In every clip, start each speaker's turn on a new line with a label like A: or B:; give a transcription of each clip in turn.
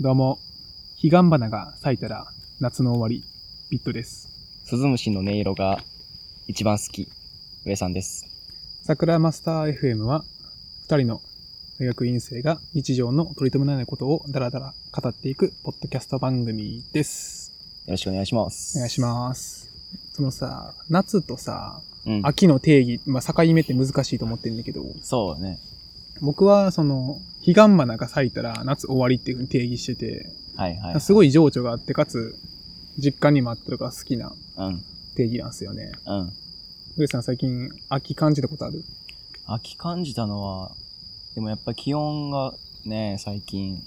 A: どうも、彼岸花が咲いたら夏の終わり、ビットです。
B: スズムシの音色が一番好き、上さんです。
A: 桜マスター FM は、二人の大学院生が日常の取り留めのないことをダラダラ語っていくポッドキャスト番組です。
B: よろしくお願いします。
A: お願いします。そのさ、夏とさ、
B: す。うん。
A: 秋の定義、まあ、境目って難しいと思ってるんだけど、
B: そうね。
A: 僕はその、彼岸花が咲いたら夏終わりっていうふうに定義してて、
B: はいはい。
A: すごい情緒があって、かつ、実感にもあったのが好きな
B: うん。
A: 定義なんですよね。
B: うん。
A: 上さん最近秋感じたことある
B: 秋感じたのは、でもやっぱ気温がね、最近、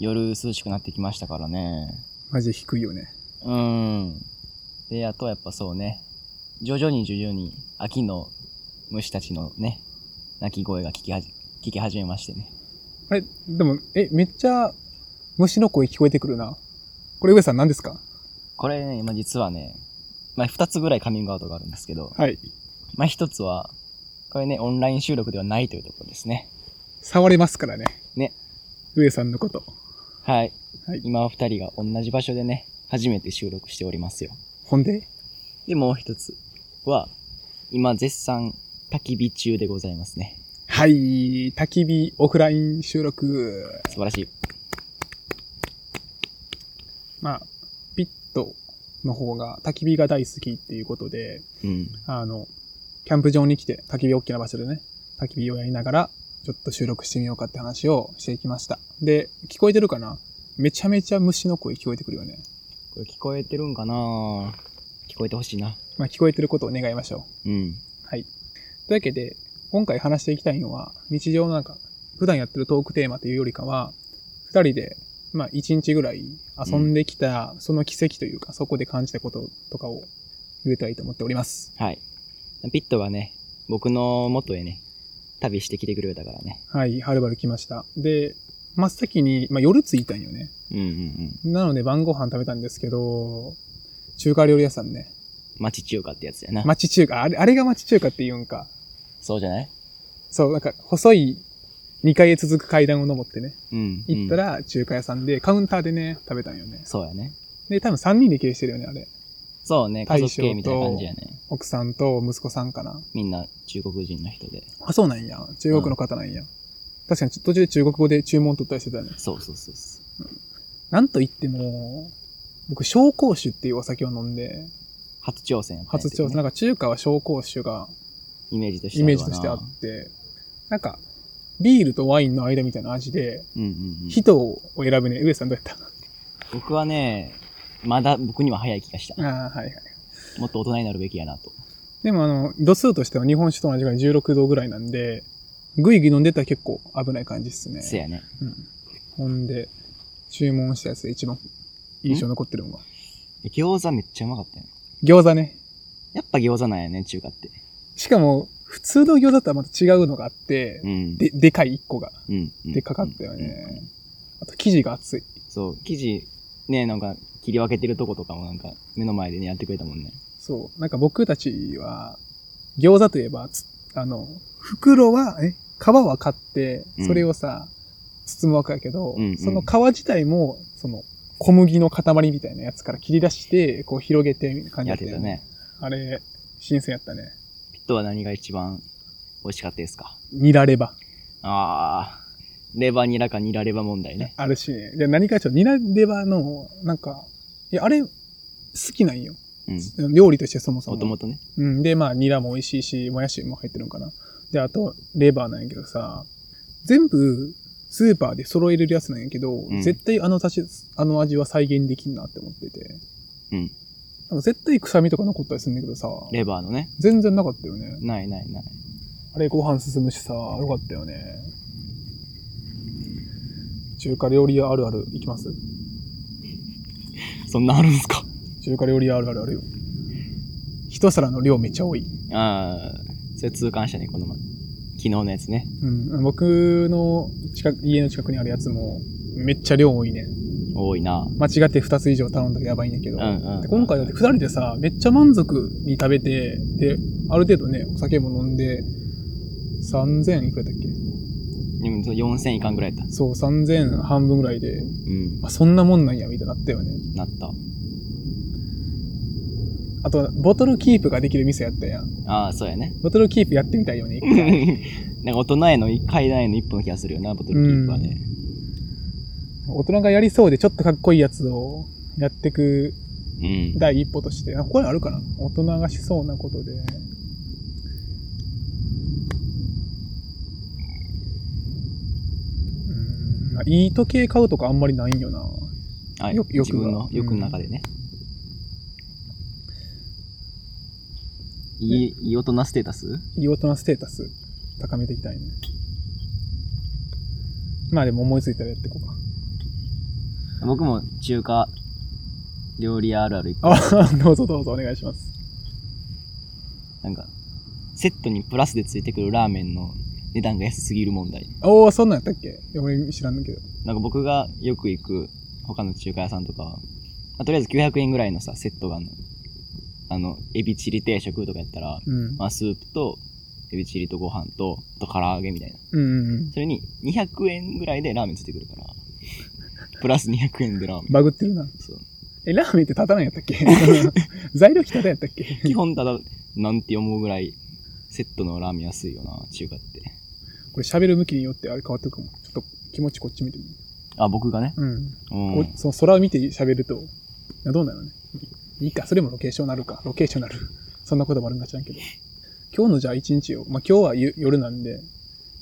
B: 夜涼しくなってきましたからね。
A: マジで低いよね。
B: うん。で、あとはやっぱそうね、徐々に徐々に秋の虫たちのね、鳴き声が聞きはじ、聞き始めましてね。
A: あれ、でも、え、めっちゃ虫の声聞こえてくるな。これ上さん何ですか
B: これね、今実はね、まあ二つぐらいカミングアウトがあるんですけど、
A: はい。
B: まあ、一つは、これね、オンライン収録ではないというところですね。
A: 触れますからね。
B: ね。
A: 上さんのこと。
B: はい。
A: はい
B: 今は二人が同じ場所でね、初めて収録しておりますよ。
A: ほんで
B: で、もう一つは、今絶賛焚き火中でございますね。
A: はい。焚き火オフライン収録。
B: 素晴らしい。
A: まあ、ピットの方が焚き火が大好きっていうことで、
B: うん。
A: あの、キャンプ場に来て焚き火大きな場所でね、焚き火をやりながら、ちょっと収録してみようかって話をしていきました。で、聞こえてるかなめちゃめちゃ虫の声聞こえてくるよね。
B: これ聞こえてるんかな聞こえてほしいな。
A: まあ、聞こえてることを願いましょう。
B: うん。
A: はい。というわけで、今回話していきたいのは、日常のなんか、普段やってるトークテーマというよりかは、二人で、まあ、一日ぐらい遊んできた、その奇跡というか、そこで感じたこととかを言えたらいいと思っております。
B: はい。ピットがね、僕の元へね、旅してきてくれたからね。
A: はい、はるばる来ました。で、真っ先に、まあ、夜着いたんよね。
B: うんうんうん。
A: なので晩ご飯食べたんですけど、中華料理屋さんね。
B: 町中華ってやつやな。
A: 町中華、あれ、あれが町中華って言うんか。
B: そうじゃない
A: そう、なんか、細い2階へ続く階段を登ってね。
B: うん。
A: 行った
B: うん、
A: ら中華屋さんで、カウンターでね、食べたんよね。
B: そうやね。
A: で、多分3人で経営してるよね、あれ。
B: そうね、家
A: 大将
B: 族系みたいな感じやね。
A: 奥さんと息子さんかな。
B: みんな中国人の人で。
A: あ、そうなんや。中国の方なんや。確かに途中で中国語で注文取ったりしてたね。
B: そうそうそうそ
A: なんといっても、僕、紹興酒っていうお酒を飲んで、
B: う。初挑戦やったんや
A: 初
B: けど
A: 挑
B: ね
A: 戦、なんか中華は紹興酒が
B: イメージとして
A: イメージとしてあ
B: わな
A: って、なんか、ビールとワインの間みたいな味で、
B: うんうんうん、
A: 人を選ぶね。上さんどうやった
B: 僕はね、まだ僕には早い気がした。
A: ああ、はいはい。
B: もっと大人になるべきやなと。
A: でもあの、度数としては日本酒と同じぐらい16度ぐらいなんで、ぐいぐい飲んでたら結構危ない感じっすね。
B: せやね。
A: うん。ほんで、注文したやつで一番印象残ってるのは。
B: 餃子めっちゃうまかったよ。
A: 餃子ね。
B: やっぱ餃子なんやね、中華って。
A: しかも、普通の餃子とはまた違うのがあって
B: う、ん。
A: で、でかい一個が。
B: うん、うん
A: でかかったよね。あと、生地が厚い。
B: そう、生地、ね、なんか切り分けてるとことかもなんか目の前でね、やってくれたもんね。
A: そう。なんか僕たちは、餃子といえば、つあの、袋は、え皮は買って
B: う、ん
A: それをさ、包むわけやけど、
B: うんうん
A: その皮自体も、その、小麦の塊みたいなやつから切り出して、こう広げて、みたいな感じ
B: や
A: だった
B: って
A: よ
B: たね。
A: あれ、新鮮やったね。
B: ピットは何が一番美味しかったですか
A: ニラレバ。
B: あー、レバニラかニラレバ問題ね。
A: あるしね。じゃあ何かちょっとニラレバの、なんか、いや、あれ、好きなんよ。
B: うん。
A: 料理としてそもそも。
B: もともとね。
A: うん。で、まあ、ニラも美味しいし、もやしも入ってるんかな。で、あと、レバーなんやけどさ、全部、スーパーで揃えれるやつなんやけど、
B: ん
A: 絶対あの足し、あの味は再現できんなって思ってて。
B: うん。
A: なんか絶対臭みとか残ったりするんだけどさ、
B: レバーのね。
A: 全然なかったよね。
B: ないないない。
A: あれご飯進むしさ、よかったよね。中華料理屋あるあるいきます
B: そんなあるんすか
A: 中華料理屋あるあるあるよ。一皿の量めっちゃ多い。
B: ああ、それ痛感したね、この前。昨日のやつね。
A: うん。僕の近く、家の近くにあるやつも、めっちゃ量多いね。
B: 多いな。
A: 間違って二つ以上頼んだらやばいんやけど。
B: うんうんうん
A: で今回だって二人でさ、めっちゃ満足に食べて、で、ある程度ね、お酒も飲んで、3000いくらだっけ
B: でも4000いかんぐらいやった。
A: そう、3000半分ぐらいで、
B: うん。
A: あ、そんなもんなんや、みたいになったよね。
B: なった。
A: あと、ボトルキープができる店やったやん。
B: ああ、そうやね。
A: ボトルキープやってみたいよね、一回。
B: なんか大人への一階段への一歩の気がするよな、ボトルキープはね。
A: 大人がやりそうでちょっとかっこいいやつをやってく
B: うん。
A: 第一歩として、あここにあるかな大人がしそうなことで。うんまあ、いい時計買うとかあんまりないんよな。
B: はい、
A: よ欲
B: 自分
A: が
B: の欲の中でね。いい、いい大人ステータス
A: いい大人ステータス高めていきたいね。まあでも思いついたらやっていこうか。
B: 僕も中華料理屋あるある一個
A: あ、 どうぞどうぞお願いします。
B: なんか、セットにプラスでついてくるラーメンの値段が安すぎる問題。
A: おおそんなんやったっけいや俺知らんねんけど。
B: なんか僕がよく行く他の中華屋さんとかは、まあ、とりあえず900円ぐらいのさ、セットがあの、あの、エビチリ定食とかやったら、
A: うん。
B: まあ、スープと、エビチリとご飯と、あと唐揚げみたいな。
A: うんうんうん。
B: それに200円ぐらいでラーメンついてくるから、プラス200円でラーメン。
A: バグってるな。
B: そう
A: え、ラーメンって立たないやったっけ材料費立たんやったっけ
B: 基本ただ、なんて思うぐらい、セットのラーメン安いよな、中華って。
A: これ喋る向きによってあれ変わってるかも。ちょっと気持ちこっち見てみる。
B: あ、僕がね。
A: うん。
B: うん。
A: こうその空を見て喋ると、いやどうなのね。いいか、それもロケーションなるか。ロケーションなる。 そんなこともあるんか知らんけど。今日のじゃあ一日を、まあ今日はゆ夜なんで、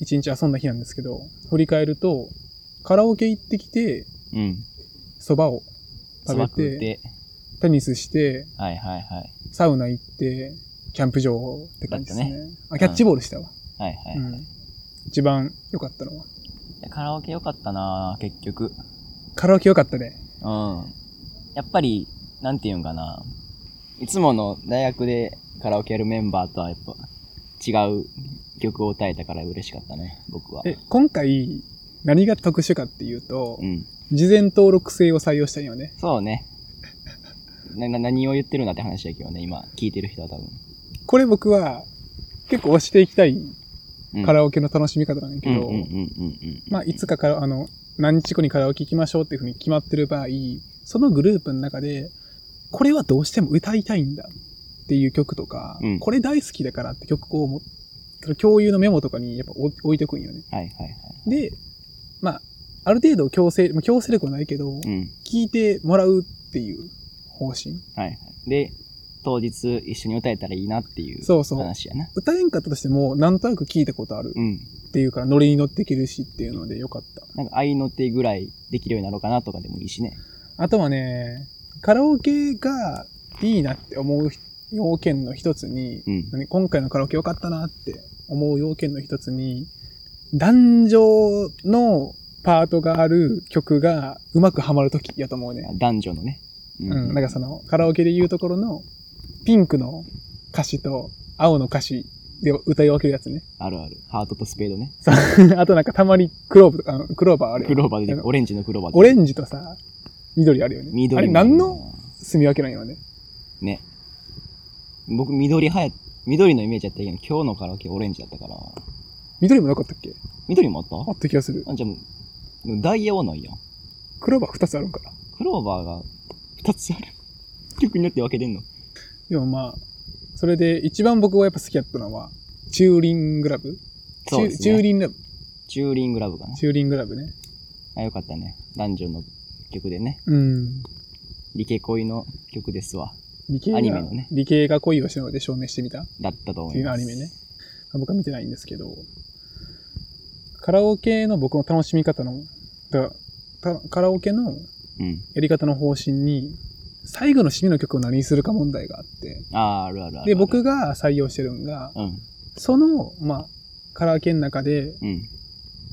A: 一日遊んだ日なんですけど、振り返ると、カラオケ行ってきて、
B: うん。
A: 蕎麦を
B: 砂
A: 食べて、
B: 漠で。
A: テニスして、
B: はいはいはい。
A: サウナ行って、キャンプ場って感じですね。
B: だ
A: あ、キャッチボールしたわ。
B: はいはい。
A: う
B: い
A: ん。一番良かったのは。
B: やカラオケ良かったな結局。
A: カラオケ良かったね。
B: うん。やっぱり、なんていうんかな。いつもの大学でカラオケやるメンバーとはやっぱ違う曲を歌えたから嬉しかったね、僕は。
A: え、今回、何が特殊かっていうと
B: う、ん。
A: 事前登録制を採用したんよね。
B: そうね。な、な、何を言ってるんだって話だけどね、今、聞いてる人は多分。
A: これ僕は、結構推していきたい
B: うん、
A: カ
B: オ
A: ラオケの楽しみ方なんやけ
B: うんうん
A: ど
B: うん、うん
A: まあ、いつかから、あの、何日後にカラオケ行きましょうっていうふうに決まってる場合、そのグループの中で、これはどうしても歌いたいんだっていう曲とか、
B: うん
A: これ大好きだからって曲をも、その共有のメモとかにやっぱ置置いておくんよね。
B: うん。はいはいはい。
A: で、まあ、ある程度強制、まあ強制力はないけど、
B: うん。
A: 聞いてもらうっていう方針。
B: はいはい。で、当日一緒に歌えたらいいなっていう
A: そうそう。
B: 話やな。
A: 歌えんかったとしても、なんとなく聞いたことある
B: うん。
A: っていうから、ノリに乗ってきるしっていうのでよかった。
B: なんか、愛の手ぐらいできるようになろうかなとかでもいいしね。
A: あとはね、カラオケがいいなって思う要件の一つに、
B: うん。
A: 何今回のカラオケ良かったなって思う要件の一つに、男女のパートがある曲がうまくハマるときやと思うね。
B: 男女のね。う
A: うん、なんかその、カラオケで言うところの、ピンクの歌詞と青の歌詞で歌い分けるやつね。
B: あるある。ハートとスペードね。
A: さあとなんかたまにクローブとか、あのクローバーあるよ
B: クローバーで
A: なん、か
B: オレンジのクローバーで。
A: オレンジとさ、緑あるよね。
B: 緑
A: あれ
B: も
A: 何の住み分けなんよね。
B: ね。僕、緑はや、緑のイメージやったけど、今日のカラオケオレンジだったから。
A: 緑もなかったっけ
B: 緑も
A: あ
B: あっ
A: った気がする
B: た。あ、じゃあもう、ダイヤはないやん。
A: クローバー2つあるんかな。
B: クローバーが2つある。 曲によって分けてんの。
A: でもまあ、それで一番僕がやっぱ好きだったのは、チューリングラブ
B: そうですね
A: チューリングラブ。
B: チューリングラブかな。
A: チューリングラブね。
B: あ、よかったね。男女の曲でね。
A: うん。
B: リケ恋の曲ですわ。
A: 理系が、
B: アニメのね
A: 理系が恋をしたので証明してみた
B: だったと
A: っ
B: 思
A: て
B: い
A: いう
B: ま
A: ア
B: す。
A: ニメね。僕は見てないんですけど、カラオケの僕の楽しみ方の、だたカラオケの
B: うん。
A: やり方の方針に、最後の締めの曲を何にするか問題があって、
B: あー、あるあるあるある。
A: で、僕が採用してるんが、
B: うん。
A: その、まあ、カラオケの中で、
B: うん。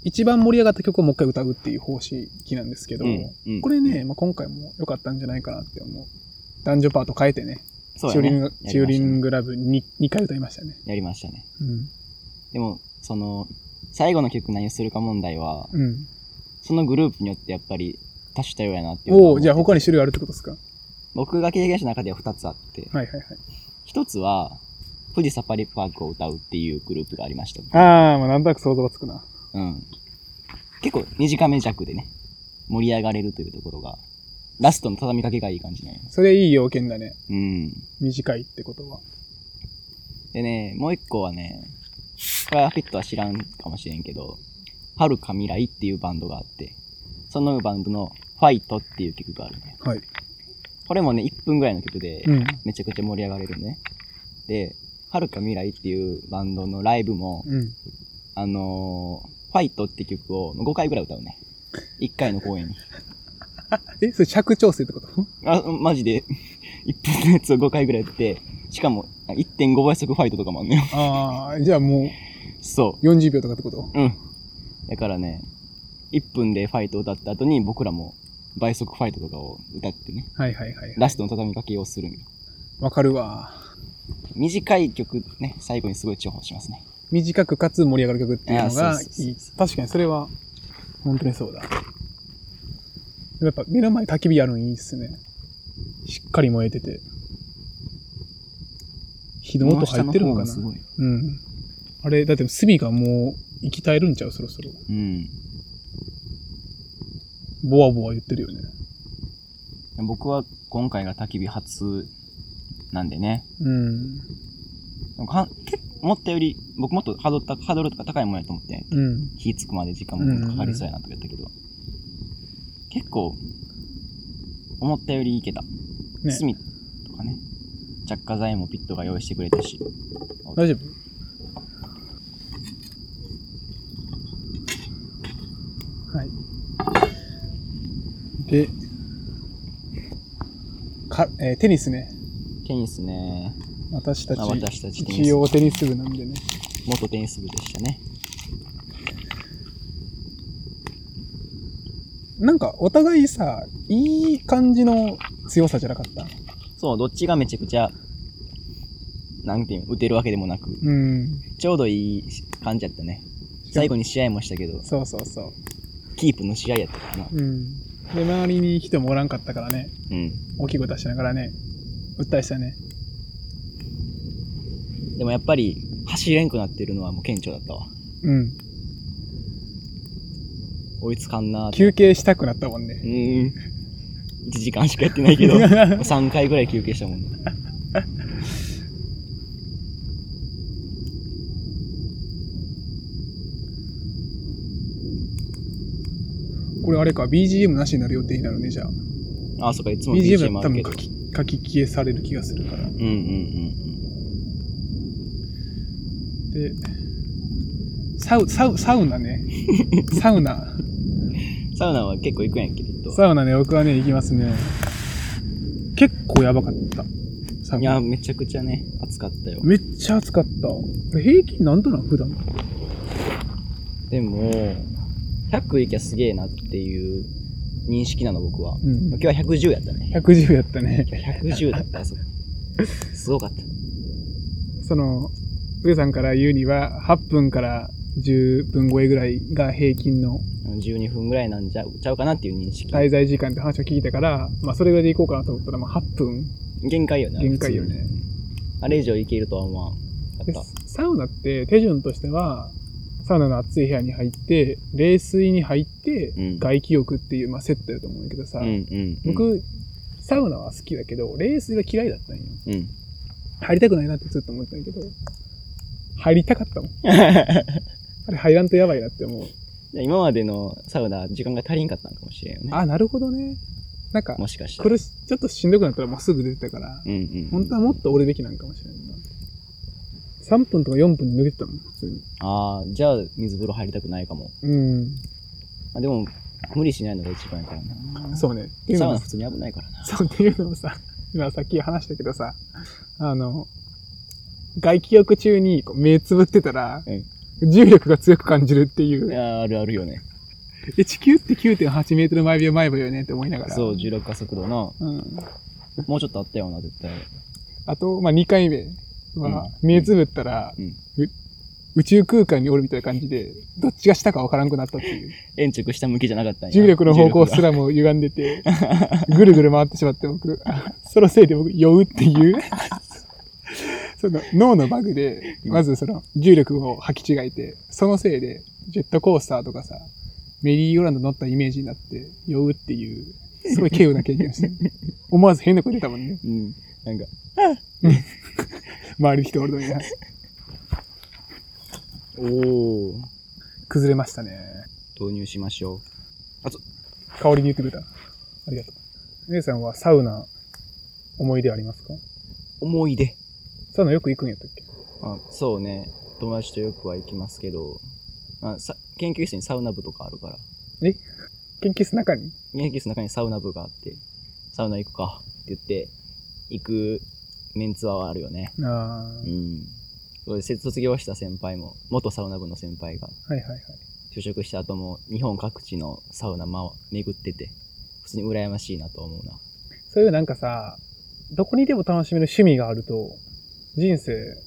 A: 一番盛り上がった曲をもう一回歌うっていう方式なんですけど、
B: うんうん
A: これね、まあ、今回も良かったんじゃないかなって思う。男女パート変えてね、
B: そう
A: チュ
B: や
A: ーリン
B: ね。
A: グ、
B: やりましたね
A: チューリングラブに2回歌いましたね。
B: やりましたね。
A: うん。
B: でも、その、最後の曲何をするか問題は、
A: うん。
B: そのグループによってやっぱり多種多様やなっていうのは
A: お
B: 思
A: お、
B: って
A: じゃあ他に種類あるってことですか
B: 僕が経験した中では2つあって、
A: はいはいはい。
B: 1つは、富士サファリパークを歌うっていうグループがありました。
A: ああ、まあなんとなく想像がつくな。
B: うん。結構短め弱でね、盛り上がれるというところが、ラストの畳みかけがいい感じね。
A: それいい要件だね。
B: うん。
A: 短いってことは。
B: でね、もう一個はね、これはフィットは知らんかもしれんけど、はるか未来っていうバンドがあって、そのバンドのファイトっていう曲があるね。
A: はい。
B: これもね、1分ぐらいの曲で
A: う、ん。
B: めちゃくちゃ盛り上がれるね。で、はるか未来っていうバンドのライブも、
A: うん。
B: あのー、ファイトって曲を5回ぐらい歌うね。1回の公演に。
A: え、それ尺調整って こと
B: あ、マジで、1分のやつを5回ぐらいやって、しかもあ1.5倍速ファイトとかもあんのよ。
A: ああ、じゃあも
B: そう
A: 40秒とかってこと
B: う。うん。だからね、1分でファイトを歌った後に僕らも倍速ファイトとかを歌ってね、
A: はいはいはい。
B: ラストの畳みかけをするみたいな。
A: わかるわ。
B: 短い曲ね、最後にすごい重宝しますね。
A: 短くかつ盛り上がる曲っていうの
B: あ
A: が
B: そうそうそう
A: いい。確かにそれは、本当にそうだ。でもやっぱ目の前に焚き火あるのいいっすね。しっかり燃えてて。火の音入ってるのか
B: こ下
A: な
B: 方もすごい。
A: うん。あれ、だって炭がもう、生き絶えるんちゃうそろそろ。
B: うん。
A: ボワボワ言ってるよね。
B: 僕は今回が焚き火初なんでね。
A: うん。
B: なんかは結構思ったより、僕もっとハードルたハードルとか高いもんやと思って、
A: うん。
B: 火つくまで時間もかかりそうやなとか言ったけど、結構、思ったよりいけた。
A: ね。
B: 炭とかね、着火剤もピットが用意してくれたし、
A: 大丈夫はい。で、か、えーテニスね。
B: テニスね、
A: 私たち、
B: あ私たちテニス
A: 一応テニス部なんでね。
B: 元テニス部でしたね。
A: なんか、お互いさ、いい感じの強さじゃなかった。
B: そう、どっちがめちゃくちゃ、なんていうの、打てるわけでもなく、
A: うん。
B: ちょうどいい感じやったね。最後に試合もしたけど、
A: そうそうそ
B: キープの試合やったからな。
A: う。うん。で、周りに人もおらんかったからね。
B: うん。
A: 大きい声出しながらね、訴えしたね。
B: でもやっぱり、走れんくなってるのはもう顕著だったわ。
A: うん。
B: 追いつかんなーって
A: 休憩したくなったもんね
B: う。ーん。1時間しかやってない けど、3回ぐらい休憩したもんね。
A: これあれか、BGM なしになる予定になるね、じゃあ。
B: あ、そっか、いつも BGM
A: BGM
B: もあ
A: 多
B: るけ
A: 分
B: ど
A: 書。き書き消えされる気がするから。
B: うんうんうん
A: で、サウ、サウ、サウナね。 サウナ。
B: うん。サウナは結構行くやんけ、きっと。
A: サウナね、僕はね、行きますね。結構やばかった。サウ
B: い
A: ナ。
B: や、めちゃくちゃね、暑かったよ。
A: めっちゃ暑かった。平均なんとなく普段。
B: でも、100いきゃすげえなっていう認識なの、僕は。
A: うん
B: 今日は110やったね。
A: 110やったね。
B: 今日は110だった、あそこ。すごかった。
A: その、上さんから言うには、8分から10分超えぐらいが平均の
B: 12分ぐらいなんじゃちゃうかなっていう認識。
A: 滞在時間って話を聞いたから、まあそれぐらいで行こうかなと思ったら、まあ8分
B: 限界よね。
A: 限界よね
B: 普通に。あれ以上いけるとは思わんかっ
A: で
B: た。
A: サウナって手順としてはサウナの熱い部屋に入って冷水に入って
B: うん
A: 外気浴っていう、まあ、セットやと思うんだけどさ、
B: うんうん、うん。
A: 僕、サウナは好きだけど冷水が嫌いだったんよ
B: うん。
A: 入りたくないなってずっと思ってたんやけど入りたかったもんあれ入らんとやばいなって思う
B: 今までのサウナ、時間が足りんかったのかもしれんよね。
A: あなるほどねなんか
B: もしかしたら。
A: 苦しちょっとしんどくなったらもうすぐ出てたから
B: うんうん。
A: 本当はもっと折るべきなんかもしれないな3分とか4分で抜けてたもん普通に
B: ああ、じゃあ水風呂入りたくないかも。
A: うん
B: あでも、無理しないのが一番やからな。
A: そうねって
B: で
A: いう
B: サ
A: の
B: ウ
A: も
B: ナ普通に危ないからな。
A: そうっていうのもさ、今さっき話したけどさ、あの、外気浴中にこう目つぶってたら、重力が強く感じるってい。
B: いうやーあるあるよね。
A: で、地球って9.8メートル毎秒毎秒よねって思いながら。
B: そう、16加速度の、
A: うん。
B: もうちょっとあったよな、絶対。
A: あと、まあ、2回目は、目つぶったら、
B: うん。
A: 宇宙空間におるみたいな感じで、どっちが下かわからんくなったっていう。
B: 円直下向きじゃなかったんや。
A: 重力の方向す
B: 重力が
A: らも歪んでて、ぐるぐる回ってしまって、僕、 そのせいで僕、酔うっていう、 その脳のバグで、まずその重力を履き違えて、そのせいで、ジェットコースターとかさ、メリーゴーランド乗ったイメージになって、酔うっていう、すごい稀有な経験をして。思わず変な声出たもんね。
B: うん。なんか、
A: 周りの人俺のに
B: おお
A: 崩れましたね。
B: 導入しましょう。
A: 香りで言ってくれた。ありがとう。姉さんはサウナ、思い出ありますか
B: 思い出。
A: サウナよく行くんやったっけ
B: あそうね。友達とよくは行きますけど、あさ研究室にサウナ部とかあるから、
A: え研究室の中に
B: 研究室の中にサウナ部があって、サウナ行くかって言って、行くメンツはあるよね。
A: ああ、
B: うん。そうです卒業した先輩も、元サウナ部の先輩が、
A: はいはいはい。
B: 就職した後も日本各地のサウナま巡ってて、普通に羨ましいなと思うな。
A: そういうなんかさ、どこにでも楽しめる趣味があると、人生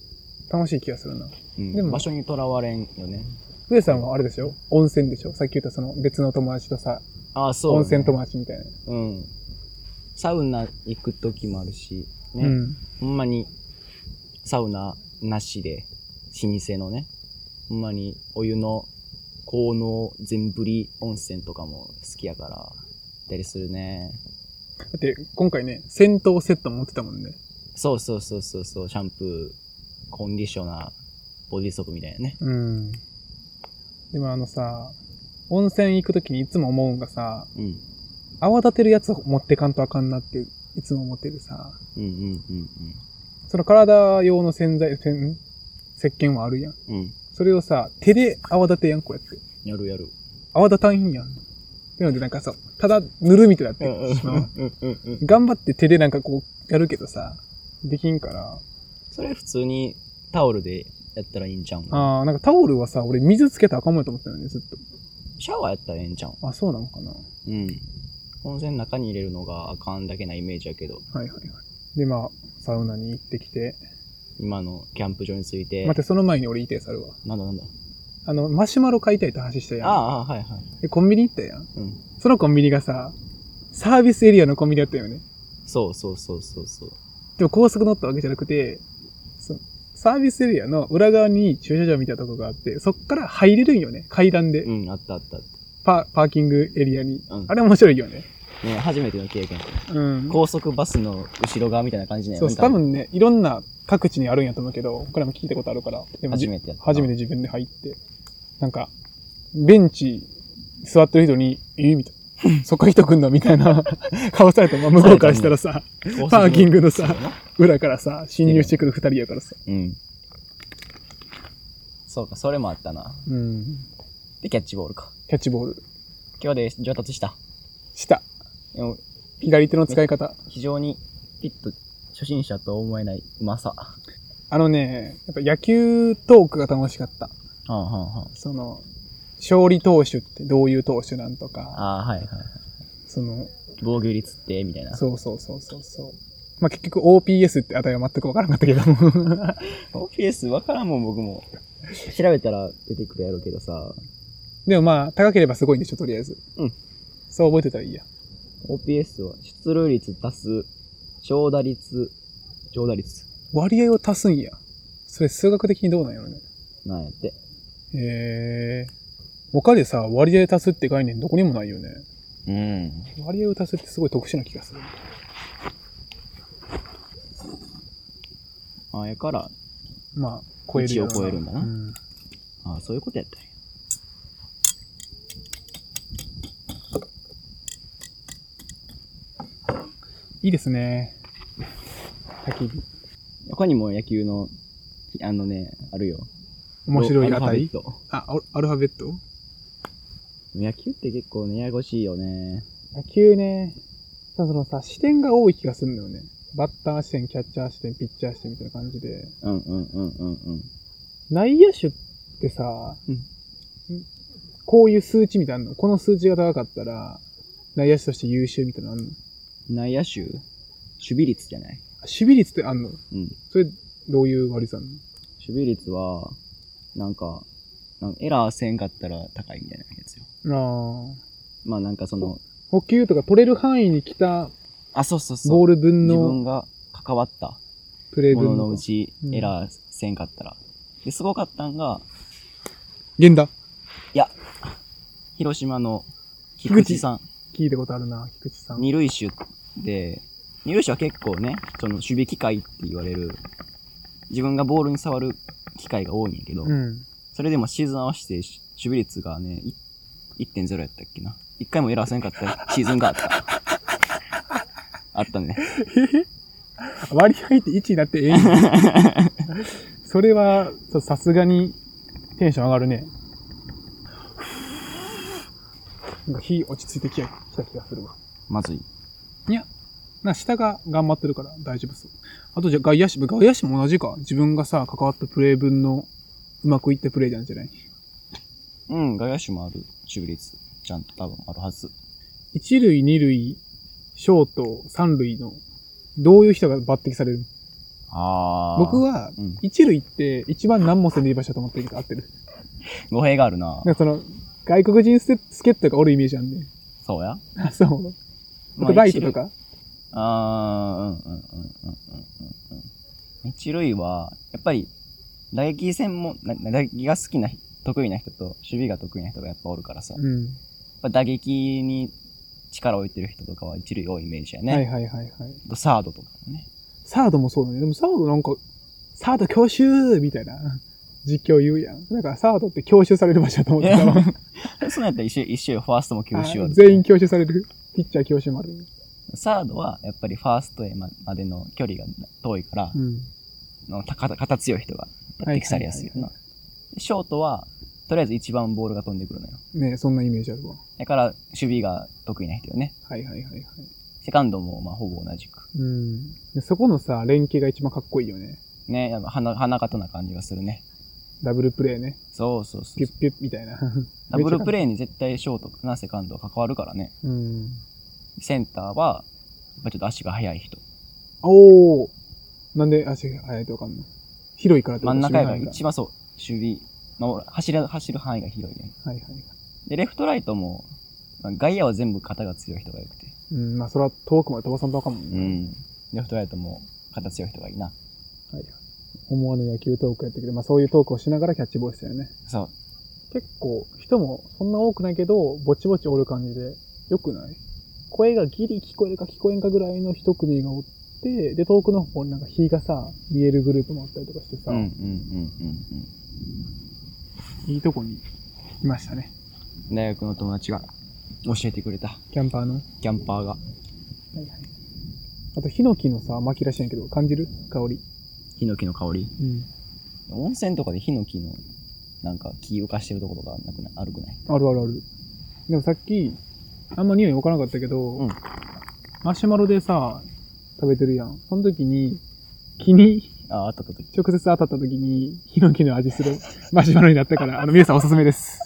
A: 楽しい気がするな。
B: うん、
A: でも
B: 場所にとらわれんよね。
A: 上さんはあれでしょ温泉でしょさっき言ったその別の友達とさ、
B: ああ、そう、
A: 温泉友達みたいな。
B: うん。サウナ行く時もあるし、ね、
A: うん。
B: ほんまにサウナなしで、老舗のね、ほんまにお湯の効能全振り温泉とかも好きやから、行ったりするね。
A: だって今回ね、戦闘セットも持ってたもんね。
B: そうそうそうそうそう、シャンプー、コンディショナー、ボディソープみたいなね。
A: うん。でもあのさ、温泉行くときにいつも思うんがさ、
B: うん。
A: 泡立てるやつを持ってかんとあかんなっていつも思ってるさ、
B: うんうんうん
A: その体用の洗剤、せん石鹸はあるやん。
B: うん。うん。
A: それをさ、手で泡立てやん、こうやって。
B: やるやる。
A: 泡立たんやん。なのでなんかさ、ただ塗るみたいになってしまう。頑張って手でなんかこうやるけどさ、できんから。
B: それ普通にタオルでやったらいいんちゃうん
A: ああ、なんかタオルはさ、俺水つけたらあかんもんやと思ってたのね、ずっ
B: シャワーやったらええんちゃうん
A: と。あ、そうなのかな。は
B: うん。温泉の中に入れるのがあかんだけなイメージやけど、
A: いはいはい。で、まあ、サウナに行ってきて。
B: 今のキャンプ場について。
A: 待って、その前に俺言いたいやつあるわ。
B: なんだなんだ。
A: あの、マシュマロ買いたいって話した
B: あ
A: や
B: あ、ああはいはい。
A: ん。で、コンビニ行ったやん。
B: うん。
A: そのコンビニがさ、サービスエリアのコンビニだったよね。
B: そうそうそうそうそう。
A: でも高速乗ったわけじゃなくて、そうサービスエリアの裏側に駐車場みたいなとこがあって、そっから入れるんよね。階段で。
B: うん、あったあったあっ
A: パパーキングエリアに。
B: た。うん
A: あ。れ面白いよね。
B: ね初めての経験。
A: うん。
B: 高速バスの後ろ側みたいな感じね。
A: そうそう、多分ね、いろんな各地にあるんやと思うけど、これも聞いたことあるから。でも
B: 初
A: じ
B: めてやった。
A: 初めて自分で入って。なんか、ベンチ座ってる人に、えみたい な。そっから人来んのみたいな 顔されたまま向こうからしたらさ、
B: 高速
A: パーキングの
B: そう
A: さ
B: やな、
A: 裏からさ、侵入してくる二人やからさ。
B: うん。そうか、それもあったな。
A: うん。
B: で、キャッチボールか。
A: キャッチボール。
B: 今日で上達した。
A: した。
B: でも
A: 左手の使い方。
B: 非常にピッと初心者とは思えないうまさ。は
A: あのね、やっぱ野球トークが楽しかった。
B: あ、はあは
A: その、勝利投手ってどういう投手なんとか、
B: あ、ああ、はいはい。
A: その、
B: 防御率って、みたいな。
A: そうそうそうそうそう。まあ、結局 OPS って値は全く分からなかったけど も。
B: OPS わからんもん、僕も。調べたら出てくるやろうけどさ、
A: でもまあ、高ければすごいんでしょ、とりあえず。
B: うん。
A: そう覚えてたらいいや。
B: OPS は出塁率足す、長打率、長打率、
A: 割合を足すんや。それ数学的にどうなんやろね。
B: なんやって。
A: へえ。他でさ、割合足すって概念どこにもないよね。
B: うん。
A: 割合を足すってすごい特殊な気がする。
B: ああ、やから、
A: まあ、超えるような
B: 一を超えるんだな
A: うん。
B: ああ、そういうことやったんや。
A: いいですね。焚き火。
B: 他にも野球の、あのね、あるよ。
A: 面白い
B: アルファベ
A: 値
B: ット
A: あ、アルアルファベット
B: 野球って結構ね、ややこしいよね。
A: 野球ね、そのさ、視点が多い気がするんだよね。バッター視点、キャッチャー視点、ピッチャー視点みたいな感じで。
B: うんうんうんうんうん。
A: 内野手ってさ、
B: うん
A: こういう数値みたいなのこの数値が高かったら、内野手として優秀みたいなのあんの
B: 内野手守備率じゃない
A: あ守備率ってあんの
B: うん。守
A: それ、どういう割り算なの
B: 備率は、なんか、なんかエラーせんかったら高いみたいなやつよ。
A: ああ。
B: まあなんかその、
A: 補給とか取れる範囲に来た
B: あ、そうそうそう。
A: ボール分
B: 自
A: の
B: 分が関わった
A: プレー
B: もの
A: 分
B: のう
A: の。
B: ち
A: うん
B: エラーせんかったら。で、すごかったんが、
A: 源田。
B: いや、広島の菊池さん、
A: 聞いたことあるな、菊池さん。
B: 二塁手で、二塁手は結構ね、その守備機会って言われる、自分がボールに触る機会が多いんやけど、
A: うん。
B: それでもシーズン合わせてし守備率がね、い1.0やったっけな。一回もエラーせんかったシーズンがあ った。あったね。
A: 割合って1になってええんやそれは、ちょっとさすがにテンション上がるね。なんか火落ち着いてきやきた気がするわ。
B: まずい。
A: な、下が頑張ってるから大丈夫そう。あとじゃあ外野手、外野手も同じか。自分がさ、関わったプレー分のうまくいったプレーなんじゃない
B: うん、外野手もある。守備率。ちゃんと多分あるはず。
A: 一塁、二塁、ショート、三塁の、どういう人が抜擢される
B: あー。
A: 僕、は、
B: うん。
A: 一塁って一番何もせんでいい場所だと思ってるけど合ってる。
B: 語弊があるな。
A: なんかその、外国人スケ助っ人がおるイメージなんで。
B: そうや。
A: あ、そう。あ
B: まあ
A: とライトと。か。
B: あー、うんうんうんうんうんうん。一塁は、やっぱり、打撃専門、な打撃が好きな、得意な人と、守備が得意な人がやっぱおるからさ。やっ
A: うん。
B: ぱ打撃に力を置いてる人とかは一塁多いイメージやね。
A: はいはいはいはい。
B: あとサードとかもね。
A: サードもそうだね。でもサードなんか、サード強襲みたいな実況言うやん。だからサードって強襲される場所だと思ってたわ。
B: そうなんやったら一周、一周、ファーストも吸 収
A: あ
B: ある。
A: 全員強襲される。ピッチャー強襲もある。
B: サードは、やっぱりファーストへままでの距離が遠いから
A: う、ん。
B: のたか肩強い人がやってきされやすいよ
A: はい
B: な。でショートは、とりあえず一番ボールが飛んでくるのよ。
A: ねそんなイメージあるわ。
B: だから、守備が得意な人よね。
A: はいはいはいはい。
B: セカンドも、まあ、ほぼ同じく。
A: うん。でそこのさ、連携が一番かっこいいよね。
B: ね、やっぱ花、花形な感じがするね。
A: ダブルプレーね。
B: そうそうそう
A: ピュッピュッみたい な。
B: ダブルプ
A: レ
B: レーに絶対ショートかな、セカンドは関わるからね。
A: ーうん。
B: センターは、やっぱちょっと足が速い人。
A: おー。なんで足が速いとわかんない広いからってこ
B: 真
A: と
B: ん中やから
A: 守備
B: 一番そう、守備、守る走る、走る範囲が広いね。
A: 範囲がはいはい。
B: で、レフトライトも、まあ、外野は全部肩が強い人がよくて。
A: うん、まあそれは遠くまで飛ばさんとあかんもん
B: う
A: ね。
B: ん。レフトライトも肩強い人がいいな。
A: はい。思わぬ野球トークやったけど、まあそういうトークをしながらキャッチボールしたよね。
B: そう。
A: 結構人もそんな多くないけど、ぼちぼちおる感じで、よくない声がギリ聞こえるか聞こえんかぐらいの一組がおって、で、遠くの方になんか日がさ、見えるグループもあったりとかしてさ、
B: うんうんうんうん
A: いいとこにいましたね。
B: うん。大学の友達が教えてくれた。
A: キャンパーの。はい
B: キャンパーが。
A: はい。あと、ヒノキのさ、巻きらしいんやけど、感じる香り。
B: ヒノキの香り。
A: うん。
B: 温泉とかでヒノキの、なんか木浮かしてるところがなくない、あるくない
A: あるあるある。でもさっき、あんま匂いわからなかったけど、
B: うん
A: マシュマロでさ、食べてるやん。その時に、気に
B: あ、あったあったあった
A: 直接当たった時に、ヒノキの味するマシュマロになったから、あの、皆さんおすすめです。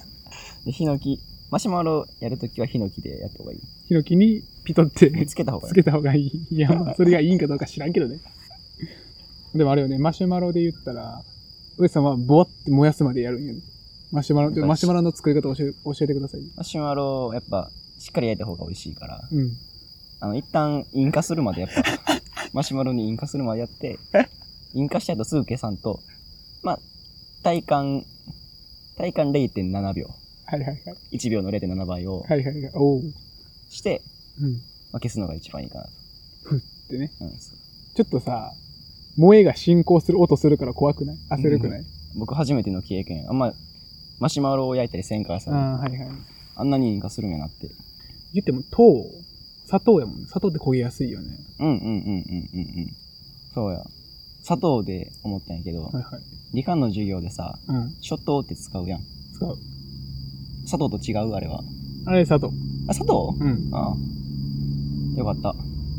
B: で、ヒノキ、マシュマロやるときはヒノキでやった方がいい。
A: ヒノキにピトって
B: 見つけた方がい
A: つ
B: い。
A: けた方がいい。いや、まあそれがいいんかどうか知らんけどね。でもあれよね、マシュマロで言ったら、上さんはボワって燃やすまでやるんよね。マシュマロ、ちょマシュマロの作り方教え教えてください。
B: マシュマロ、やっぱ、しっかり焼いた方が美味しいから。
A: うん。
B: あの、一旦、引火するまでやっ ぱ、マシュマロに引火するまでやって、引火した後すぐ消さんと、まあ、体感、体感0.7秒、
A: はいはいはい。
B: 1秒の0.7倍を
A: はいはいはい。おう。
B: して、
A: うん。
B: まあ、消すのが一番いいかなと。
A: ってね。
B: うん、そう
A: ちょっとさ、萌えが進行する音するから怖くない焦るくない、
B: 僕初めての経験、あんま、マシュマロを焼いたりせんからさ、
A: ああ、はいはい。
B: あんなに引火するんやなって。
A: 言っても糖、砂糖やもんね。砂糖って焦げやすいよね。
B: うんうんうんうんうんうん。そうや。砂糖で思ったんやけど、
A: はいはい。
B: 理科の授業でさ、
A: うん。
B: 諸糖って使うやん。
A: 使う。
B: 砂糖と違うあれは。
A: あれ砂糖。
B: あ、砂糖
A: うん。
B: ああ。よかった。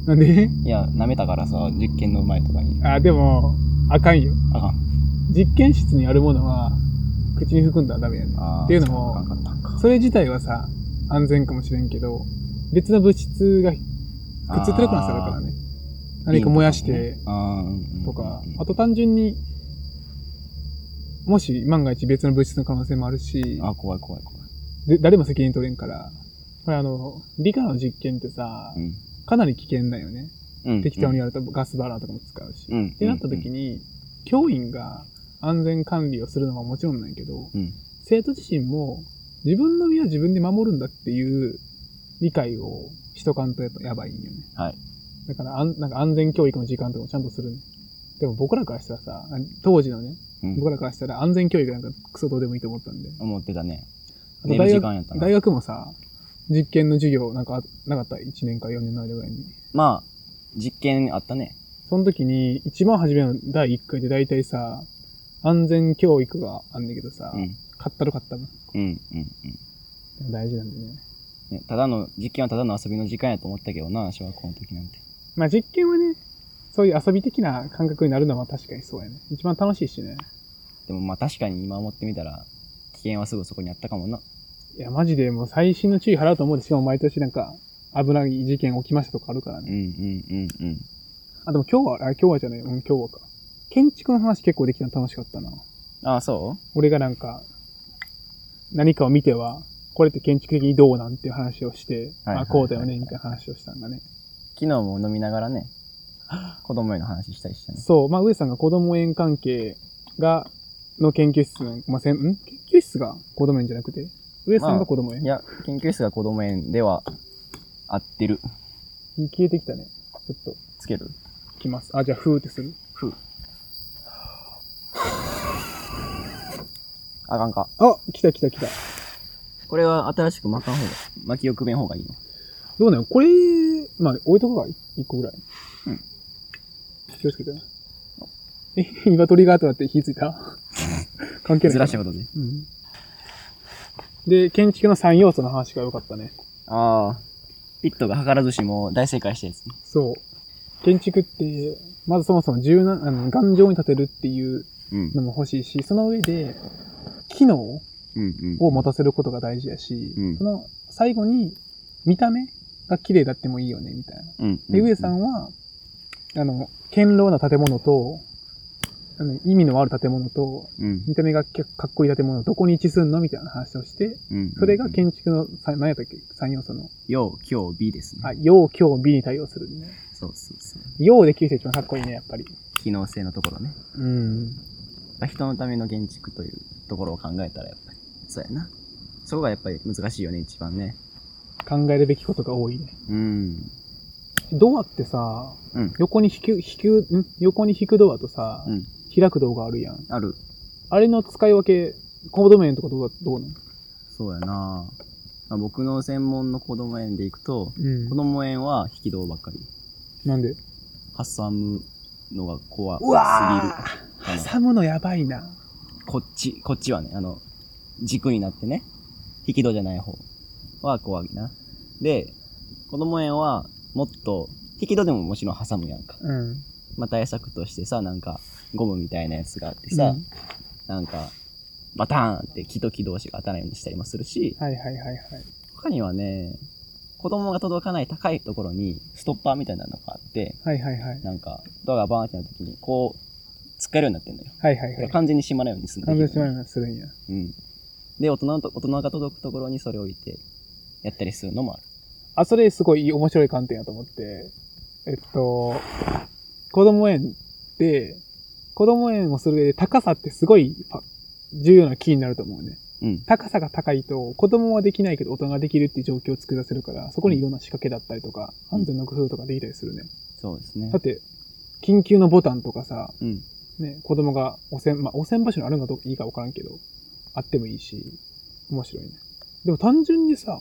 A: なんで
B: いや、舐めたからさ、実験の前とかに。
A: あ、でも、あかんよ。
B: あかん。
A: 実験室にあるものは、口に含んだらダメやね。
B: あー
A: っていうのも
B: そかあかんかったんか。
A: それ自体はさ、安全かもしれんけど、別の物質がくっついてる可能性があるからね。
B: あー。
A: 何か燃やして
B: あーうんうんうん
A: とか、あと単純に、もし万が一別の物質の可能性もあるし、
B: あ、怖い怖い怖い。
A: で、誰も責任取れんから、これあの、理科の実験ってさ
B: う、ん。
A: かなり危険だよね。
B: うん。
A: 適当にやるとガスバーナーとかも使うし。
B: うん。うん。
A: ってなった時に、教員が安全管理をするのはもちろんなんやけど、
B: うん。
A: 生徒自身も自分の身は自分で守るんだっていう理解をしとかんとやっぱやばいんよね。
B: はい。
A: だからあん、なんか安全教育の時間とかもちゃんとするね。でも僕らからしたらさ、あ当時のね、
B: うん
A: 僕らからしたら安全教育なんかクソどうでもいいと思ったんで。
B: 思ってたね。
A: あと
B: 寝る時
A: 大
B: 間やった
A: 学
B: な
A: 大学もさ、実験の授業なんかあなかった ?1 年か4年の間ぐらいに。
B: まあ、実験あったね。
A: その時に、一番初めの第1回で大体さ、安全教育があんだけどさ、
B: うん。
A: かったるかったもん。
B: うん、うん、うん。
A: でも大事なんでね。
B: ね、ただの、実験はただの遊びの時間やと思ったけどな、小学校の時なんて。
A: まあ実験はね、そういう遊び的な感覚になるのは確かにそうやね。一番楽しいしね。
B: でもまあ確かに今思ってみたら、危険はすぐそこにあったかもな。
A: いや、マジでもう最新の注意払うと思うで、しかも毎年なんか、危ない事件起きましたとかあるから
B: う
A: ね
B: ん、。うん、うん、うん。
A: あ、でも今日は、あ、今日はじゃない、うん、今日はか。建築の話結構できたの楽しかったな。
B: ああ、そ
A: 俺がなんか、何かを見ては、これって建築的にどうなんていう話をして、
B: はいはいはいはい
A: あ、こうだよね、みたいな話をしたんだね。
B: う昨日も飲みながらね、子供への話したりしたね。
A: そう、まあ、上さんが子供園関係が、の研究室の、まあ、せん、ん研究室が子供園じゃなくて、上さんが子供園、
B: いや、研究室が子供園では合ってる。
A: 消えてきたね。ちょっと、
B: つける
A: 来ます。あ、じゃあ、ふーってする
B: ふう。あかんか。
A: あ、来た来た来た。
B: これは新しく巻かん方が、巻きをくべん方がいいの。
A: どうなのこれ、まあ、置いとくか、一個ぐらい。
B: うん。
A: 気をつけてな。え、今鳥が後だって火つい た関係ない。
B: ずらしたことで。
A: うん。で、建築の3要素の話が良かったね。
B: ああ。ピットが図らずしも大正解したやつ。
A: そう。建築って、まずそもそも柔軟、あの、頑丈に建てるっていう
B: うん。
A: のも欲しいし、その上で、機能
B: うん
A: を持たせることが大事やし、
B: うん
A: その最後に、見た目が綺麗だってもいいよね、みたいな。
B: うん。
A: で、上さんは、あの、堅牢な建物と、あの意味のある建物と、
B: うん。
A: 見た目がかっこいい建物、どこに位置すんのみたいな話をして、
B: うん。
A: それが建築のさ、何やったっけ ?3 要素の。
B: 要、今日、美ですね。
A: あ、要、今日、美に対応するね。
B: そうそうそう。
A: 要で9て一番かっこいいね、やっぱり。
B: 機能性のところね。
A: うん。
B: 人のための建築というところを考えたらやっぱり、そうやな。そこがやっぱり難しいよね、一番ね。
A: 考えるべきことが多いね。
B: うん。
A: ドアってさ、
B: うん。
A: 横に引く、引く、ん横に引くドアとさ、
B: うん。
A: 開くドアがあるやん。
B: ある。
A: あれの使い分け、コード面とかどうだ、どうなの
B: そうやな、まあ、僕の専門の子供園で行くと、
A: うん
B: 子供園は引き戸ばっかり。
A: なんで
B: 挟むのが怖すぎ
A: う
B: る
A: わ
B: かな。
A: 挟むのやばいな。
B: こっち、こっちはね、あの、軸になってね、引き戸じゃない方は怖いな。で、子供園はもっと、引き戸でももちろん挟むやんか。
A: うん。
B: まあ、対策としてさ、なんか、ゴムみたいなやつがあってさ、
A: うん
B: なんか、バターンって木と木同士が当たらないようにしたりもするし、
A: はいはいはいはい。
B: 他にはね、子供が届かない高いところにストッパーみたいなのがあって、
A: はいはいはい。
B: なんか、ドアがバーンってなった時に、こう、使えるようになってんのよ。
A: はいはいはい。
B: 完全に閉まらないようにする
A: 完全しま
B: ない
A: なするんや。
B: うん。で、大人のと、大人が届くところにそれを置いて、やったりするのもある。
A: あ、それすごい面白い観点やと思って。えっと、子供園って、子供園をする上で高さってすごいパ重要なキーになると思うね。
B: うん。
A: 高さが高いと子供はできないけど大人ができるっていう状況を作らせるから、そこにいろんな仕掛けだったりとか、
B: うん
A: 安全の工夫とかできたりするね。
B: そうですね
A: だっ。て、緊急のボタンとかさ、
B: うん。
A: ね、子供が汚染、まあ、汚染場所にあるのかどうかいいか分からんけど、あってもいいし、面白いね。でも単純にさ、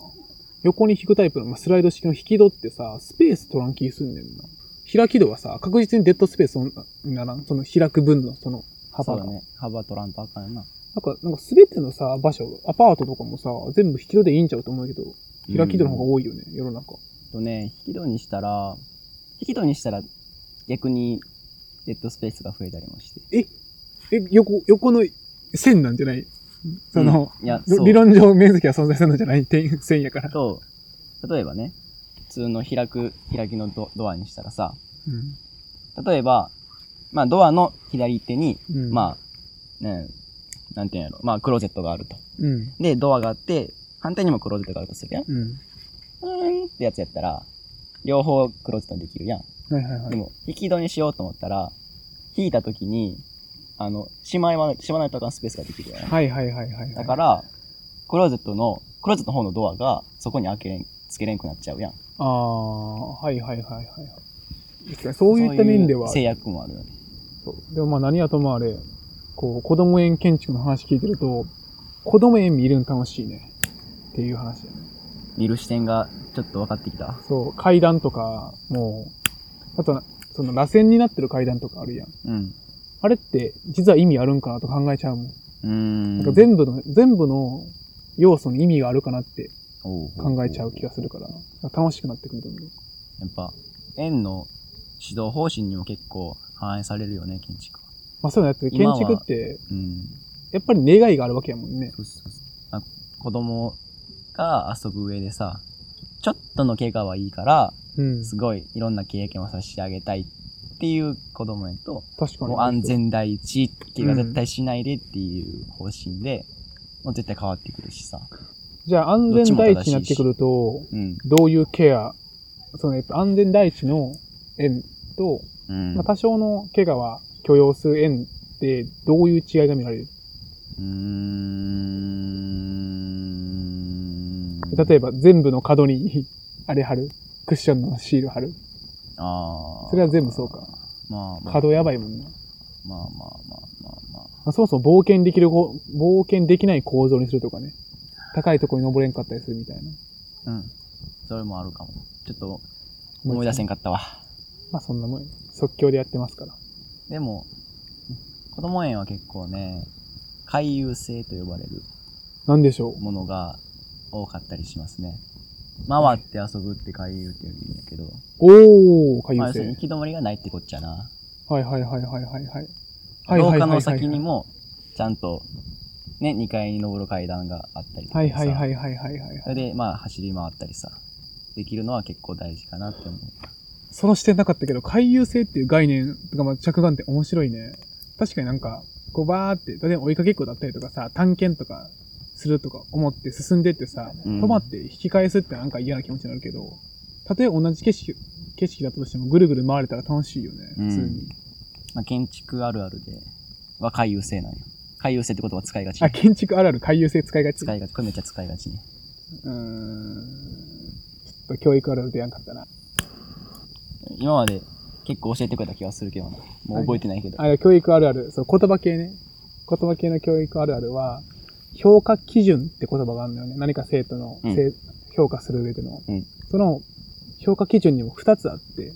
A: 横に引くタイプの、まあ、スライド式の引き戸ってさ、スペース取らん気すんねんな。開き戸はさ、確実にデッドスペースにならん。その開く分のその
B: そ
A: 幅
B: う
A: が。
B: だね。幅取らんとあかんな。
A: なんか、なんか全てのさ、場所、アパートとかもさ、全部引き戸でいいんちゃうと思うけど、開き戸の方が多いよね、世の中。
B: とね、引き戸にしたら、引き戸にしたら逆にデッドスペースが増えたりもして。
A: え、横、横の線なんじゃないその、
B: うんいや、
A: り
B: そう
A: 理論上面積は存在するのじゃない点線やから。
B: と、例えばね、普通の開く、開きのドドアにしたらさ、
A: うん
B: 例えば、まあドアの左手に、
A: うん
B: まあ、ね、なんていうんやろ、まあクローゼットがあると。
A: うん。
B: で、ドアがあって、反対にもクローゼットがあるとするやん。
A: うん。
B: うーんってやつやったら、両方クローゼットにできるやん。
A: はいはいは
B: で
A: い。
B: も、引き戸にしようと思ったら、引いた時に、あの、しまいは、しまわないとあかんスペースができるやん。
A: はいはいはいはいはい。
B: だから、クローゼットの、クローゼットの方のドアが、そこに開けれん、つけれんくなっちゃうやん。
A: ああ、はいはいはいはいはい。確かにそういった面では、
B: そういう制約もあるよね。
A: そうでもまあ何はともあれ、こう、子供園建築の話聞いてると、子供園見るん楽しいね。っていう話だよね。
B: 見る視点が、ちょっと分かってきた。
A: そう、階段とか、もう、あとな、その螺旋になってる階段とかあるやん。
B: うん。
A: あれって、実は意味あるんかなと考えちゃうもん。
B: うーん。
A: なんか全部の、全部の要素に意味があるかなって
B: おうお
A: 考えちゃう気
B: が。
A: がするから、楽しくなってくると思う。
B: やっぱ、園の指導方針にも結構反映されるよね、建築は。
A: まあそういうのやって、建
B: 今は
A: 築って、
B: うん。
A: やっぱり願いがあるわけやもんね。
B: そうそうそうあ子供が遊ぶ上でさ、ちょっとの怪我はいいから、
A: うん。
B: すごいいろんな経験をさせてあげたいっていう子供へと、
A: 確かに。
B: もう安全第一、怪我絶対しないでっていう方針で、もう絶対変わってくるしさ。
A: じゃあ安全第一になってくると、
B: うん。
A: どういうケア、そのやっぱ安全第一の円と、
B: うん。
A: まあ、多少の怪我は許容する円ってどういう違いが見られる
B: うーん。
A: 例えば全部の角に あれ貼るクッションのシール貼る
B: ああ。
A: それは全部そうか。
B: まあまあ。
A: 角やばいもんな、ま
B: まあまあまあまあまあ。
A: あ、そもそも冒険できるこ冒険できない構造にするとかね高いところに登れんかったりするみたいな
B: うん。それもあるかも。ちょっと思い出せんかったわ。
A: まあそんなもんや即興でやってますから
B: でも、子供園は結構ね、回遊性と呼ばれる
A: なんでしょ
B: ものが多かったりしますね。回って遊ぶって回遊っていう意味だけど、
A: うおおかゆ
B: まあ、要するに
A: 性
B: 行き止まりがないってこっちゃな。
A: はいはいはいはいはいはいはい
B: 廊
A: はいはいは
B: 下
A: い
B: の先にも、ちゃんと、ね、2階に登る階段があったりとかさ。
A: はいはいはいはいはいはい
B: それで、まあ、走り回ったりさ、できるのは結構大事かなって思う。
A: その視点なかったけど、回遊性っていう概念とか、まあ、着眼って面白いね。確かになんか、こうバーって、例えば追いかけっこだったりとかさ、探検とかするとか思って進んでってさ、
B: うん
A: 止まって引き返すってなんか嫌な気持ちになるけど、たとえ同じ景色、景色だったとしてもぐるぐる回れたら楽しいよね、普通に。
B: うんまあ、建築あるあるで、は回遊性なんよ。回遊性って言葉使いがち
A: あ、。建築あるある回遊性使いがち。
B: 使いがち。これめっちゃ使いがちね。
A: うーん。ちょっと教育あるあるでやんかったな。
B: 今まで結構教えてくれた気がするけどな。もう覚えてないけど。
A: あ、教育あるある、そう、言葉系ね。言葉系の教育あるあるは、評価基準って言葉があるんだよね。何か生徒の、
B: うん
A: せ評価する上での。
B: うん
A: その、評価基準にも2つあって、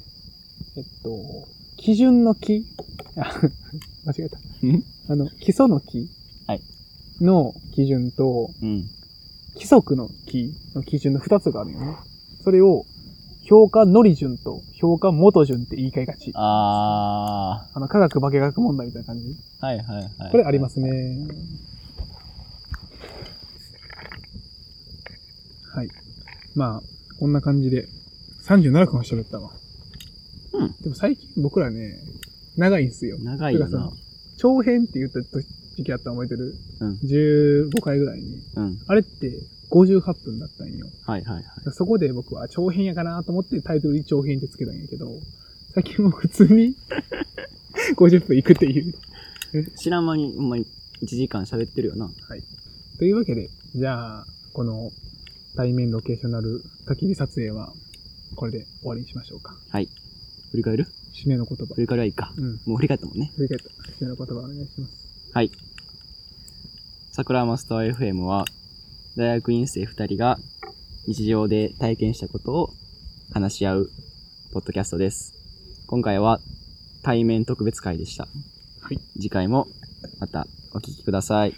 A: えっと、基準の木あ 間違えた。
B: うん
A: あの、基礎の木
B: はい
A: の基準と、
B: うん。
A: 規則の木の基準の2つがあるよね。それを、評価のり順と評価元順って言い換えがち。
B: あ
A: あの、科学化学問題みたいな感じ。
B: ー。はいはいはい。。
A: これありますすね。はい。まあ、こんな感じで、37分は喋ったわ。
B: うん
A: でも最近僕らね、長いんすよ。
B: 長いよ
A: てか
B: な
A: さ。長編って言った時期あったの覚えてる
B: うん。
A: ?15 回ぐらいに。
B: うん。
A: あれって58分だったんよ。
B: はいはいはい。
A: そこで僕は長編やかなと思ってタイトルに長編ってつけたんやけど、最近もう普通 に50分いくっていう。
B: 知らん間に、ほんまに1時間喋ってるよな。
A: というわけで、じゃあ、この対面ロケーショナル焚き火撮影は、これで終わりにしましょうか。
B: はい。振り返る
A: 締めの言葉
B: 振。り返りはいいか。
A: うん。
B: もう振り返ったもんね。
A: 振り返った。締めの言葉お願いします。
B: はい。桜マスター FM は、大学院生2人が日常で体験したことを話し合うポッドキャストです。今回は対面特別会でした。
A: はい。
B: 次回もまたお聞きください。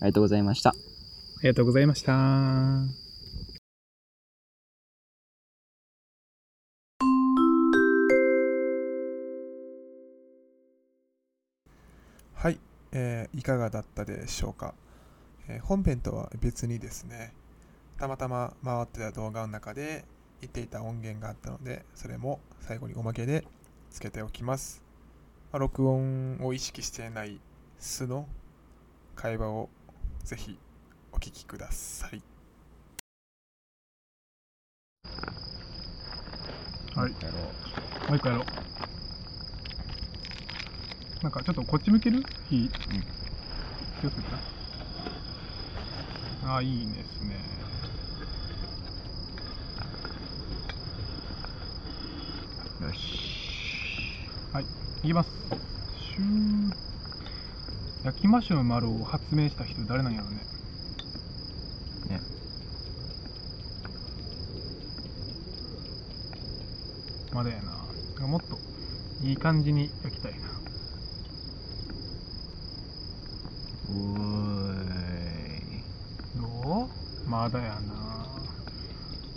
B: ありがとうございました。
A: ありがとうございました。
C: はい、えーいかがだったでしょうか、えー本編とは別にですねたまたま回ってた動画の中で言っていた音源があったのでそれも最後におまけでつけておきます、まあ録音を意識していない素の会話をぜひお聞きください
A: はい。もう一個やろう。なんかちょっとこっち向ける火。気をつけてなあ、いいですね。
B: よし。
A: はい、いきます。シュー焼きマシュマロを発明した人誰なんやろね。
B: ね。
A: まだやな。もっといい感じに焼きたいな。
B: うーい。
A: どうまだやな。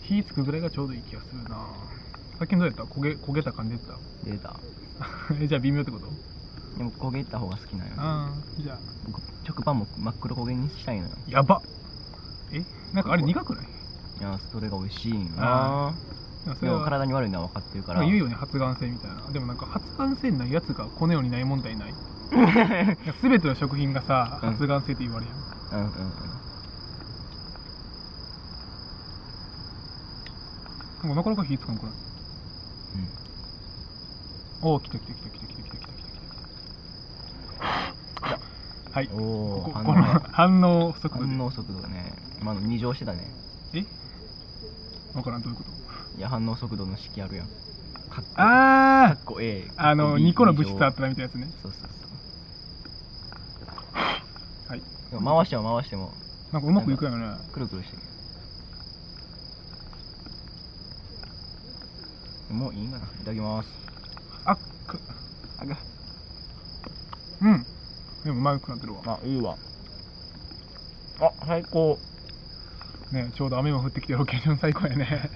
A: 火つくぐらいがちょうどいい気がするな。さっきのどうやった焦げ焦げた感じ出てた
B: 出た。
A: えじゃあ微妙ってこと
B: でも焦げた方が好きなのよ。
A: ああ、じゃあ。
B: 僕、食パンも真っ黒焦げにしたいのよ。
A: やばえなんかあれ苦くない
B: いや、それが美味しいんよ
A: あ
B: な。
A: なんかそ
B: で
A: れ
B: も
A: は
B: 体に悪いのは分かってるか
A: なん
B: ら。
A: か言うよね発がん性みたいなでもなんか発がん性ないやつがこの世にない問題ないすべての食品がさ
B: うん
A: 発がん性って言われる、
B: うんうんうん。
A: なん、なかなか火つかんくない
B: うん
A: おお来た来た来た来た来た来た来た来た来たはいこ
B: おお
A: こ
B: 反
A: この
B: 応
A: 反応速度で
B: 反応速度がね今の2乗してたね
A: え分からんどういうこと
B: いや反応速度の式あるやんかっこか
A: あ
B: っこ A
A: ああの2個の物質あったたなみたいなやつね
B: そうそうそ
A: はい、
B: うでも回しても回しても
A: なんかうまくいくよね
B: くるくるしてるもういいかないただきます
A: あっく
B: あが
A: うんでもうまくなってるわ
B: あいいわあ最高
A: ねちょうど雨も降ってきてロケーション最高やね